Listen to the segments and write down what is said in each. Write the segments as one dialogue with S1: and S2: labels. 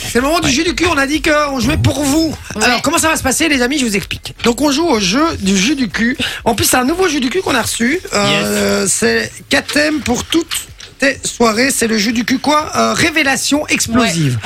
S1: C'est le moment du jus du cul. On a dit qu'on jouait pour vous. Alors, comment ça va se passer, les amis Je vous explique. Donc, on joue au jeu du jus du cul. En plus, c'est un nouveau jus du cul qu'on a reçu. Euh, C'est quatre thèmes pour toutes tes soirées. C'est le jus du cul quoi Euh, Révélation explosive.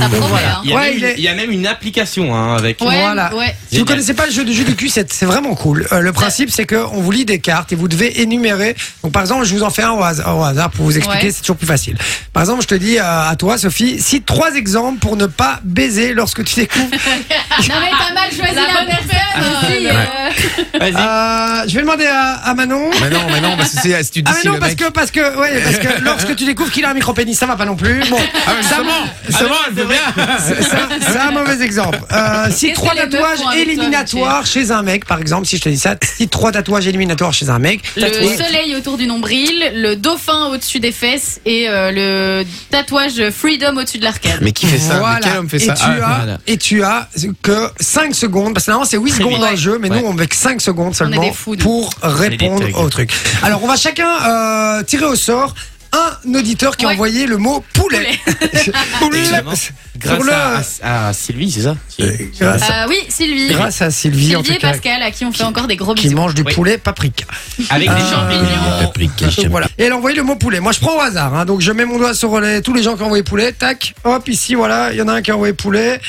S2: Ça promet,
S1: voilà.
S2: hein.
S3: Il y, a
S1: Ouais,
S3: même,
S1: il
S3: une-
S1: est-
S3: il y a même une application hein, avec.
S2: Ouais,
S1: voilà.
S2: ouais.
S1: Si vous
S3: Génial.
S1: connaissez pas le jeu du jus du cul, c'est c'est vraiment cool. Euh, le principe, c'est qu'on vous lit des cartes et vous devez énumérer. Donc, par exemple, je vous en fais un au hasard, au hasard pour vous expliquer,
S2: Ouais.
S1: c'est toujours plus facile. Par exemple, je te dis euh, à toi, Sophie, cite trois exemples pour ne pas baiser lorsque tu découvres.
S2: Non mais t'as mal choisi la, bonne personne. aussi, euh.
S3: Vas-y.
S1: Euh, je vais demander à, à Manon.
S4: Mais non, mais non, parce que c'est- si tu dis
S1: Ah
S4: si
S1: mais non
S4: Bah,
S1: parce
S4: le mec.
S1: que parce que ouais parce que lorsque tu découvres qu'il a un micro pénis ça va pas non plus bon
S4: Ah, mais
S1: ça,
S4: justement, justement,
S3: Ah,
S4: elle veut bien.
S1: c'est- ça- c'est un mauvais exemple euh, si
S2: Qu'est-ce
S1: trois
S2: que les meufs
S1: tatouages
S2: font avec toi,
S1: éliminatoires chez un mec par exemple si je te dis ça si trois tatouages éliminatoires chez un mec
S2: Le
S1: tatoué-
S2: soleil autour du nombril, le dauphin au-dessus des fesses et euh, le tatouage freedom au-dessus de l'arcade.
S4: Mais qui fait ça
S1: Voilà.
S4: Mais quel homme fait
S1: et
S4: ça
S1: tu
S4: Ah,
S1: as
S4: voilà.
S1: et tu as que 5 secondes parce que normalement c'est 8 secondes
S3: vite.
S1: dans le jeu mais
S4: Ouais.
S1: nous on met que 5 secondes
S2: On est
S1: seulement
S2: des fous, nous.
S1: pour
S3: est des
S1: répondre
S3: thugs.
S1: au truc. Alors on va chacun euh, tirer au sort un auditeur qui a
S2: Ouais.
S1: envoyé le mot poulet. Poulet.
S3: Évidemment. Grâce
S1: Pour le-
S3: à, à- à Sylvie, c'est ça
S1: Euh, grâce à-
S2: Euh, oui, Sylvie.
S1: Grâce à Sylvie, en tout
S2: Sylvie et
S1: cas,
S2: Pascal à qui on fait encore des gros
S1: qui
S2: bisous.
S1: mange du
S3: Oui.
S1: poulet paprika.
S3: Avec des
S1: Euh,
S3: champignons.
S1: Donc, voilà. Et elle a envoyé le mot poulet. Moi, je prends au hasard. hein. Donc, je mets mon doigt sur les- tous les gens qui ont envoyé poulet. Tac, hop, ici, voilà. Il y en a un qui a envoyé poulet.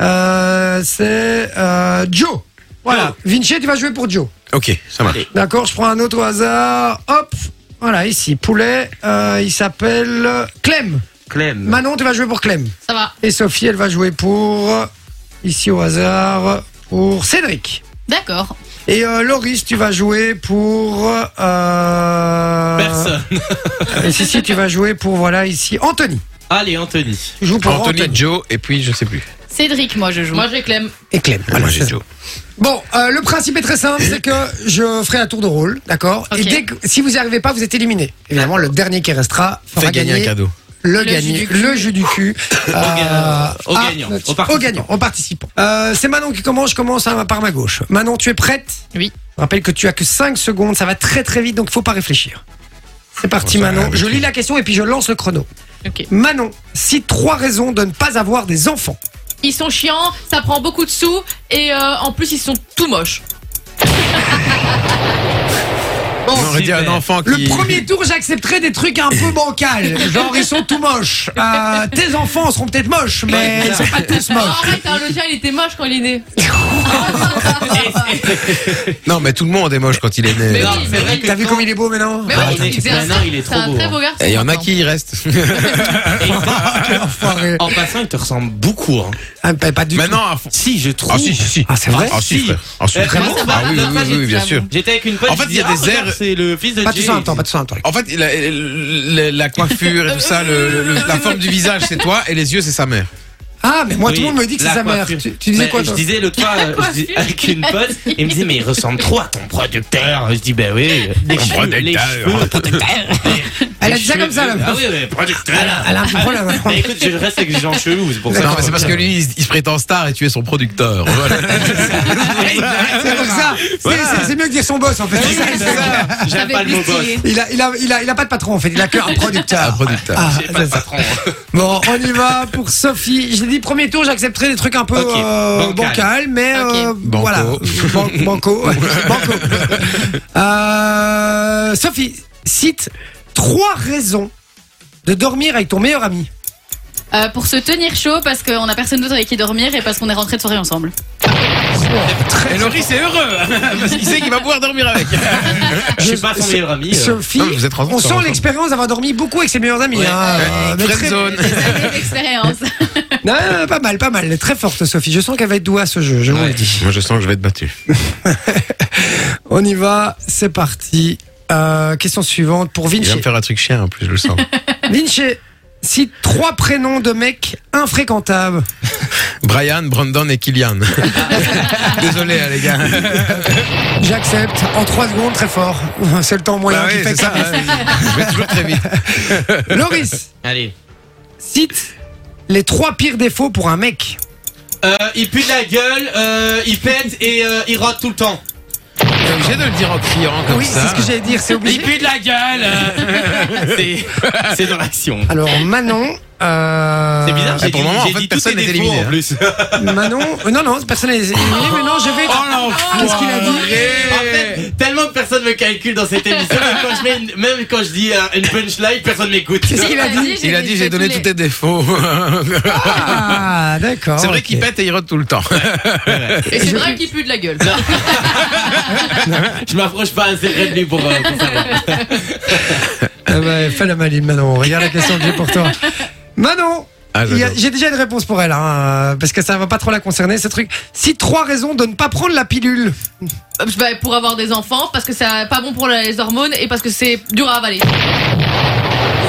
S1: Euh, c'est euh, Joe. Voilà. Vinci, tu vas jouer pour Joe.
S4: Ok, ça marche.
S1: D'accord, je prends un autre au hasard. Hop, voilà, ici, poulet. Euh, il s'appelle euh, Clem.
S3: Clem.
S1: Manon, tu vas jouer pour Clem.
S2: Ça va.
S1: Et Sophie, elle va jouer pour, euh, ici au hasard, pour Cédric.
S2: D'accord.
S1: Et euh, Loris, tu vas jouer pour. Euh,
S3: Personne.
S1: euh, si, si, tu vas jouer pour, voilà, ici, Anthony.
S3: Allez, Anthony.
S1: Tu joues pour Anthony,
S4: Anthony, Joe, et puis je sais plus.
S2: Cédric, moi je joue.
S5: Moi, je réclame.
S1: et Clem. Voilà,
S4: Moi j'ai
S1: c'est ça.
S4: Joe.
S1: Bon, euh, le principe est très simple, c'est que je ferai un tour de rôle, d'accord
S2: Ok.
S1: Et dès que, si vous n'y arrivez pas, vous êtes éliminé. Évidemment, le dernier qui restera fera
S4: Fais gagner un cadeau.
S1: Le,
S2: Le
S1: gagné,
S2: jus du cul.
S1: le jus du cul. euh,
S3: gagnant, au
S1: à
S3: gagnant,
S1: notre-
S3: au
S1: au,
S3: participant.
S1: gagnant, au participant. Euh, c'est Manon qui commence, je commence à- par ma gauche. Manon, tu es prête
S5: Oui.
S1: Je rappelle que tu as que 5 secondes, ça va très très vite, donc faut pas réfléchir. C'est parti
S4: Bon, ça va
S1: Manon,
S4: aller
S1: je
S4: vite.
S1: lis la question et puis je lance le chrono.
S5: Ok.
S1: Manon, cite trois raisons de ne pas avoir des enfants.
S5: Ils sont chiants, ça prend beaucoup de sous et euh, en plus ils sont tout moches.
S4: On aurait dit un
S3: super.
S4: enfant qui.
S1: Le premier tour, j'accepterai des trucs un peu bancals, genre ils sont tout moches. Euh, tes enfants seront peut-être moches, mais
S3: Ouais,
S1: ils sont pas tous
S5: Oh,
S1: moches.
S5: arrête, hein, le tien il était moche quand il est né.
S4: Non, mais tout le monde est moche quand il est né.
S5: Mais
S3: Non,
S5: oui,
S3: c'est vrai que
S1: Euh, T'as vu
S3: quand-
S1: comme il est beau maintenant
S5: Mais
S3: Ah,
S5: oui,
S3: attends,
S5: c'est
S3: maintenant,
S5: un-
S3: il est
S5: c'est
S3: trop
S5: un
S3: beau,
S5: très
S3: hein.
S5: beau garçon.
S4: Et il y en a
S5: maintenant.
S4: qui y restent.
S3: Et t'as-
S1: Quel enfoiré.
S3: en passant, il te ressemble beaucoup. hein.
S1: Ah, pas, pas du tout.
S4: Maintenant, à fond.
S3: Si, je trouve.
S4: Ah si, si, si.
S1: Ah, c'est vrai
S4: Ah si, frère. Ah si,
S3: Eh,
S4: frère.
S3: vraiment,
S4: Ah
S3: bah,
S4: oui,
S3: bah,
S4: oui,
S3: bah,
S4: oui, oui, bien sûr.
S3: J'étais avec une pote.
S4: En
S3: je
S4: fait, il y a
S3: disais,
S4: des
S3: ah, regarde,
S4: airs-
S3: C'est le fils de
S1: Pas tous en
S3: Jay.
S1: même temps, pas tous en même temps.
S4: En fait, la, la- la coiffure et tout ça, le- le- la forme du visage, c'est toi, et les yeux, c'est sa mère.
S1: Ah, mais moi, tout le
S3: Oui,
S1: monde me dit que c'est
S3: la
S1: sa mère. Tu,
S3: coiffure.
S1: tu disais
S3: Mais
S1: quoi,
S3: Je
S1: toi
S3: disais l'autre fois euh, je dis- avec une pote, et il me disait, mais il ressemble trop à ton producteur. Je dis, bah oui, les cheveux, les cheveux.
S1: Elle a
S3: les
S1: dit ça
S3: cheveux-
S1: comme ça, là.
S3: Ah oui, mais producteur.
S1: Elle a un petit problème. hein.
S3: Bah écoute, je reste avec Jean Chelou, c'est pour ça.
S4: Non, mais c'est parce que lui, il, il se prétend star et tu es son producteur. Voilà.
S1: C'est comme ça. C'est- c'est- C'est mieux que dire son boss, en fait. C'est ça, c'est ça.
S3: J'aime pas le mot boss.
S1: Il a, il, a, il, a, il a pas de patron en fait, il a qu'un
S4: Un
S1: producteur.
S4: producteur.
S1: Ah,
S3: J'ai pas
S1: c'est
S3: de
S1: ça.
S3: patron.
S1: Bon, on y va pour Sophie. J'ai dit premier tour, j'accepterai des trucs un peu
S3: Ok,
S1: euh,
S3: bancal.
S1: bancal, mais euh,
S4: Banco.
S1: voilà. Ban- banco. ouais, banco. Euh, Sophie, cite trois raisons de dormir avec ton meilleur ami.
S2: Euh, pour se tenir chaud parce qu'on a personne d'autre avec qui dormir et parce qu'on est rentré de soirée ensemble.
S4: Et Loris est heureux hein, parce qu'il sait qu'il va pouvoir dormir avec.
S3: Ah, Je suis pas son meilleur ami. euh.
S1: Sophie,
S4: Non, mais Ah, vous êtes rentrés
S1: on sent
S4: ensemble.
S1: l'expérience d'avoir dormi beaucoup avec ses meilleurs amis.
S3: Ouais.
S1: hein, euh, mais très-
S4: zone.
S2: Des années d'expérience.
S1: Non, non, non, pas mal, pas mal. Elle est très forte, Sophie. Je sens qu'elle va être douée à ce jeu, je vous le dis.
S4: Moi, je sens que je vais être battu.
S1: On y va, c'est parti. Euh, question suivante pour
S4: Il va
S1: Vinci.
S4: me faire un truc chien en plus, je le sens.
S1: Vinci, cite trois prénoms de mecs infréquentables.
S4: Brian, Brandon et Kylian. Désolé, hein, les gars.
S1: J'accepte en trois secondes, très fort. C'est le temps moyen
S4: Bah
S1: qui
S4: oui,
S1: fait
S4: c'est
S1: que
S4: ça. hein. Je vais toujours très vite.
S1: Loris,
S3: Allez.
S1: cite les trois pires défauts pour un mec.
S3: Euh, il pue de la gueule, euh, il pète et euh, il rote tout le temps.
S4: T'es obligé de le dire en criant comme
S1: oui, c'est
S4: ça.
S1: ce que j'allais dire, c'est
S3: Il
S1: obligé.
S3: pue de la gueule. euh, c'est- c'est dans l'action.
S1: Alors Manon, Euh,
S3: C'est bizarre, j'ai
S4: Ah, pour
S3: dit-
S4: le moment,
S3: j'ai
S4: en fait,
S3: dit
S4: personne
S3: tous tes
S4: n'est
S3: défauts,
S4: éliminé,
S3: En
S4: hein.
S3: plus.
S1: Manon, euh, non, non, personne n'est éliminé, mais non, je vais. Qu'est-ce qu'il a dit
S3: En fait, tellement personne me calcule dans cette émission, même quand je, mets une- même quand je dis euh, une punchline, personne m'écoute.
S1: Qu'est-ce qu'il a dit
S4: Il a dit j'ai donné tous tes défauts.
S1: Ah, d'accord.
S4: C'est vrai
S1: ok.
S4: qu'il pète et il rote tout le temps.
S5: Et c'est vrai qu'il pue de la gueule.
S3: Je m'approche pas assez près de lui pour, euh, pour savoir.
S1: Ah bah, fais la maline, Manon. Regarde la question que j'ai pour toi. Manon
S4: Ah,
S1: il y a-
S4: j'adore.
S1: J'ai déjà une réponse pour elle, hein, euh, parce que ça va pas trop la concerner, ce truc. Si trois raisons de ne pas prendre la pilule.
S5: Euh, bah, pour avoir des enfants, parce que c'est pas bon pour les hormones et parce que c'est dur à avaler.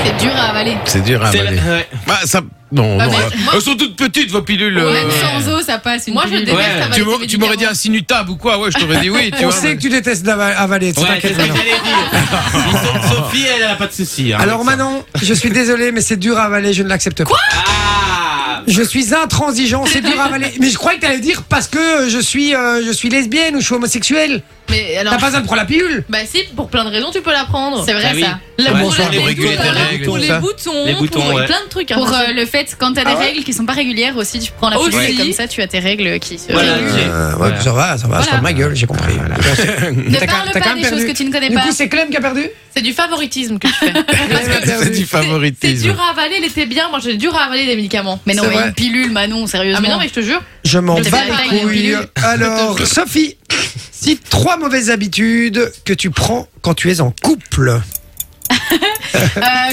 S2: C'est dur à avaler.
S4: C'est dur à
S3: C'est la-
S4: avaler.
S3: ouais.
S4: Bah, ça. Non,
S5: Bah,
S4: non.
S5: mais
S4: euh,
S5: moi-
S4: Elles sont toutes petites, vos pilules. euh,
S2: Même sans eau, ça passe. Une
S5: Moi, je
S2: pilule.
S5: déteste
S3: Ouais.
S5: avaler
S4: Tu
S5: des
S4: m'aurais- tu m'aurais
S5: médicaments.
S4: dit un sinutab ou quoi Ouais, je t'aurais dit oui. Tu
S1: On
S4: vois,
S1: savaler.
S4: mais-
S1: que tu détestes d'ava- avaler, c'est
S3: Ouais, c'est
S1: t'inquiète,
S3: ça que
S1: Manon.
S3: j'allais dire. Ils sont- Sophie, elle, elle a pas de soucis. hein,
S1: Alors
S3: avec ça.
S1: Manon, je suis désolé, mais c'est dur à avaler, je ne l'accepte pas.
S3: Ah
S1: je suis intransigeant, c'est dur à avaler. Mais je croyais que t'allais dire parce que je suis, euh, je suis lesbienne ou je suis homosexuelle.
S5: Mais alors.
S1: T'as pas besoin de prendre la pilule.
S5: Bah, si, pour plein de raisons, tu peux la prendre.
S2: C'est vrai
S3: Ah oui.
S2: ça.
S5: La
S3: Ouais,
S5: pour
S4: ça,
S5: les-
S4: pour réguler
S5: pour
S4: tes
S5: la-
S4: règles,
S5: Pour
S4: tout
S5: les
S4: ça.
S5: boutons,
S3: Les boutons,
S5: pour
S3: ouais.
S5: plein de trucs. hein.
S2: Pour euh, le fait, quand t'as des
S1: Ah ouais
S2: règles qui sont pas régulières aussi, tu prends la
S5: Aussi.
S2: pilule et comme ça, tu as tes règles qui se.
S3: Voilà,
S2: régulent.
S3: ok.
S1: Euh, ouais,
S3: Voilà.
S1: Ça va, ça va,
S5: Voilà.
S1: c'est pas de ma gueule, j'ai compris.
S2: Ne
S1: T'as quand-
S2: parle
S1: t'as quand
S2: pas
S1: même
S2: des choses
S1: perdu.
S2: que tu ne connais
S1: Du
S2: pas.
S1: coup, c'est Clem qui a perdu
S5: C'est du favoritisme que je fais.
S4: C'est du
S5: C'est
S4: favoritisme.
S5: dur à avaler, elle était bien. Moi, j'ai dur à avaler des médicaments.
S2: Mais non,
S1: C'est
S2: mais
S1: vrai.
S2: une pilule, Manon, sérieusement.
S5: Ah, mais non, mais je te jure.
S1: Je m'en
S5: Je sais
S1: bats
S5: pas, il
S1: les
S5: y a une
S1: couilles.
S5: pilule.
S1: Alors, Sophie, cite trois mauvaises habitudes que tu prends quand tu es en couple.
S2: Euh, je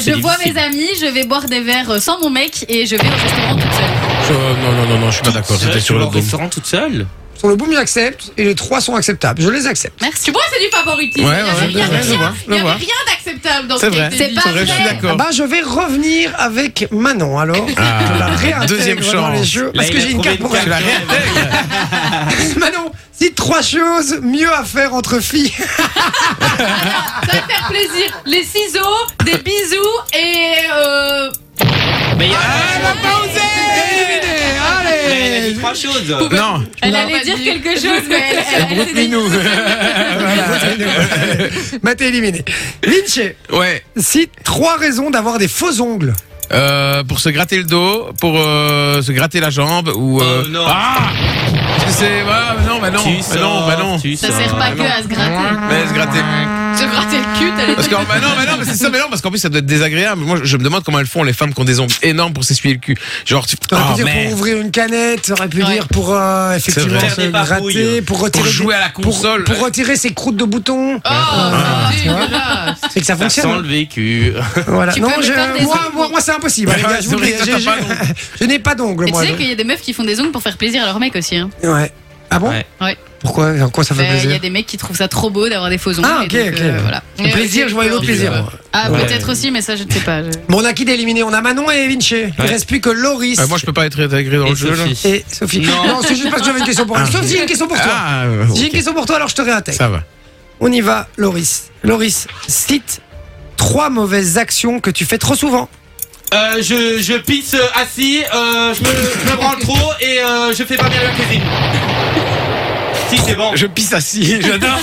S3: C'est
S2: vois
S3: difficile.
S2: mes amis, je vais boire des verres euh, sans mon mec et je vais au restaurant toute seule.
S4: Euh, Non, non, non, non, je suis pas d'accord.
S3: Seule,
S4: J'étais sur
S3: tu
S4: le
S3: vas au
S4: boom.
S3: restaurant toute seule
S1: Sur le boom, j'accepte et les trois sont acceptables. Je les accepte.
S5: Tu vois, c'est du favoritisme.
S4: Ouais, ouais,
S5: il y avait
S4: ouais,
S5: rien,
S4: je vois,
S5: rien-
S4: je vois, je
S5: il y avait
S4: vois.
S5: rien d'acceptable dans ce
S4: C'est
S5: qui a
S4: vrai.
S5: été
S2: C'est
S5: dit.
S2: pas
S4: C'est vrai, je suis
S2: vrai.
S4: d'accord.
S1: Bah, je vais revenir avec Manon alors.
S4: Ah,
S1: Je la réintègre
S4: deuxième
S1: dans
S4: chance.
S1: les jeux,
S3: Là,
S1: parce
S3: il
S1: que
S3: a
S1: j'ai une
S3: trouvé
S1: carte pour elle.
S4: Tu la réintègres
S1: Manon, cite trois choses mieux à faire entre filles.
S5: Ça va te faire plaisir. Les ciseaux, des bisous et. Euh,
S3: Mais il y a-
S2: Ah,
S1: Éliminé,
S3: Mais elle a dit
S1: allez.
S3: trois choses. Bah
S4: Non,
S2: Elle
S5: l'as
S2: allait
S5: pas
S2: dire
S5: dit.
S2: quelque chose, mais elle, elle- elle-
S4: nous.
S1: Voilà. Bah, t'es éliminé. Lynch,
S4: Ouais.
S1: cite trois raisons d'avoir des faux ongles.
S4: Euh, pour se gratter le dos, pour euh, se gratter la jambe ou. euh,
S3: Oh, non.
S4: Ah Tu sais, bah, non, bah non,
S3: Tu
S4: bah non, bah non.
S3: tu
S2: ça
S3: sors.
S2: sert pas
S4: Ah,
S2: que
S4: non.
S2: à se gratter.
S4: Mais se gratter.
S5: se gratter le cul, t'allais
S4: Parce que bah non, bah non, mais c'est ça, mais non, parce qu'en plus ça doit être désagréable. Moi, je, je me demande comment elles font les femmes qui ont des ongles énormes pour s'essuyer le cul. Genre, tu.
S1: T'aurais
S4: Oh,
S1: pu dire
S4: merde.
S1: pour ouvrir une canette, t'aurais pu
S5: Ouais.
S1: dire pour euh, effectivement
S4: vrai.
S1: se
S3: Faire des bafouilles.
S1: gratter, pour retirer,
S4: Pour jouer à la
S1: des- pour-
S4: console.
S1: pour retirer ses croûtes de boutons.
S5: Oh, c'est
S1: vois.
S2: Ah.
S5: dégueulasse.
S1: C'est que ça
S3: Ça sent
S1: fonctionne.
S3: le vécu.
S1: Voilà.
S2: Tu
S1: Non,
S2: peux
S1: je-
S2: me faire des
S1: moi,
S2: ongles.
S1: moi, moi, c'est impossible. les gars, je vous
S4: C'est vrai
S1: le
S4: que
S1: dis,
S4: toi,
S1: j'ai-
S4: t'as pas
S1: j'ai- je n'ai pas d'ongles,
S2: Et tu
S1: moi.
S2: sais
S1: donc.
S2: qu'il y a des meufs qui font des ongles pour faire plaisir à leur mec aussi. Hein.
S1: Ouais. Ah bon
S3: Ouais.
S2: Ouais.
S1: Pourquoi En quoi ça fait
S2: Euh, Il y a
S1: plaisir
S2: des mecs qui trouvent ça trop beau d'avoir des faux ongles.
S1: Ah,
S2: et
S1: ok,
S2: donc, euh,
S1: ok.
S2: voilà.
S1: Le Plaisir, je vois l'autre plaisir.
S3: Ouais.
S2: Ah,
S3: Ouais.
S2: peut-être aussi, mais ça, je ne sais pas. je-
S1: Bon, on a qui d'éliminer On a Manon et Vinci. Il
S3: Ouais.
S1: reste plus que Loris.
S4: Euh, moi, je peux pas être intégré dans
S3: Et
S4: le jeu. là.
S3: Sophie.
S1: Et Sophie.
S3: Non.
S1: c'est juste parce que j'avais une question pour elle. Sophie, j'ai une question pour toi.
S4: Ah, euh,
S1: J'ai une question pour toi, alors je te réintègre.
S4: ça va.
S1: On y va, Loris. Loris, cite trois mauvaises actions que tu fais trop souvent.
S3: Euh, je, je pisse euh, assis, euh, je, me, je me branle trop et euh, je fais pas bien la cuisine. Si c'est bon.
S4: Je pisse assis, j'adore.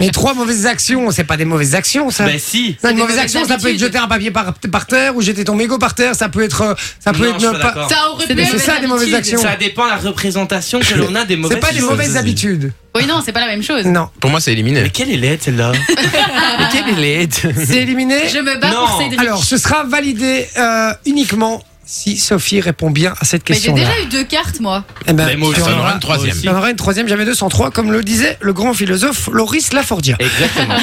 S1: Mais trois mauvaises actions, c'est pas des mauvaises actions, ça.
S3: Bah si.
S1: Ça, une
S5: des
S1: mauvaise
S5: mauvaises
S1: action, ça peut être
S5: habitudes.
S1: jeter un papier par, par terre ou jeter ton mégot par terre, ça peut être, euh, ça peut
S3: Non,
S1: être
S3: je suis
S1: ne
S3: pas
S1: pas.
S3: d'accord.
S5: Ça aurait pu
S2: C'est
S5: être
S1: c'est ça, des mauvaises
S5: habitudes.
S1: actions.
S3: Ça dépend de la représentation que l'on a des mauvaises.
S1: C'est pas des
S3: choses.
S1: mauvaises habitudes.
S2: Oui, non, c'est pas la même chose.
S1: Non.
S4: Pour moi, c'est éliminé.
S3: Mais quelle est laide celle-là Mais quelle est laide
S1: C'est éliminé.
S2: Je me bats
S3: Non.
S2: pour Cédric.
S1: Alors, ce sera validé euh, uniquement si Sophie répond bien à cette
S2: mais j'ai
S1: question-là.
S2: déjà eu deux cartes, moi.
S1: Eh ben,
S3: Mais moi
S1: tu
S3: aussi.
S1: en
S4: Ça en aura
S1: auras-
S4: une troisième.
S1: tu en auras une troisième, jamais 203, comme le disait le grand philosophe Loris Laforgia.
S3: Exactement.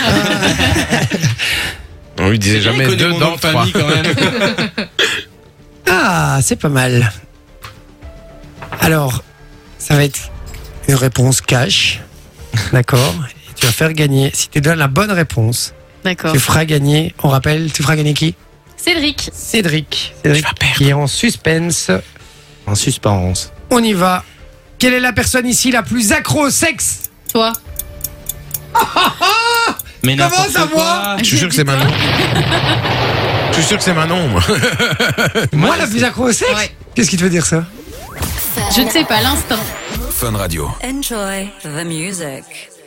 S4: On lui disait jamais
S3: Je connais
S4: deux
S3: mon nom
S4: dans
S3: de
S4: trois.
S3: famille, quand même.
S1: Ah, c'est pas mal. Alors, ça va être une réponse cash. D'accord Et Tu vas faire gagner. Si tu donnes la bonne réponse,
S2: D'accord.
S1: tu feras gagner. On rappelle, tu feras gagner qui
S2: Cédric.
S1: Cédric. Cédric qui est en suspense.
S3: En suspense.
S1: On y va. Quelle est la personne ici la plus accro au sexe
S2: Toi.
S3: Mais
S1: Comment
S3: n'importe
S1: ça,
S3: quoi.
S4: Je suis sûr que c'est Manon. Je suis sûr que c'est Manon, moi.
S1: Moi, la plus accro au sexe
S2: Ouais.
S1: Qu'est-ce qui te veut dire ça
S2: Je ne sais pas, l'instant.
S6: Enjoy the music.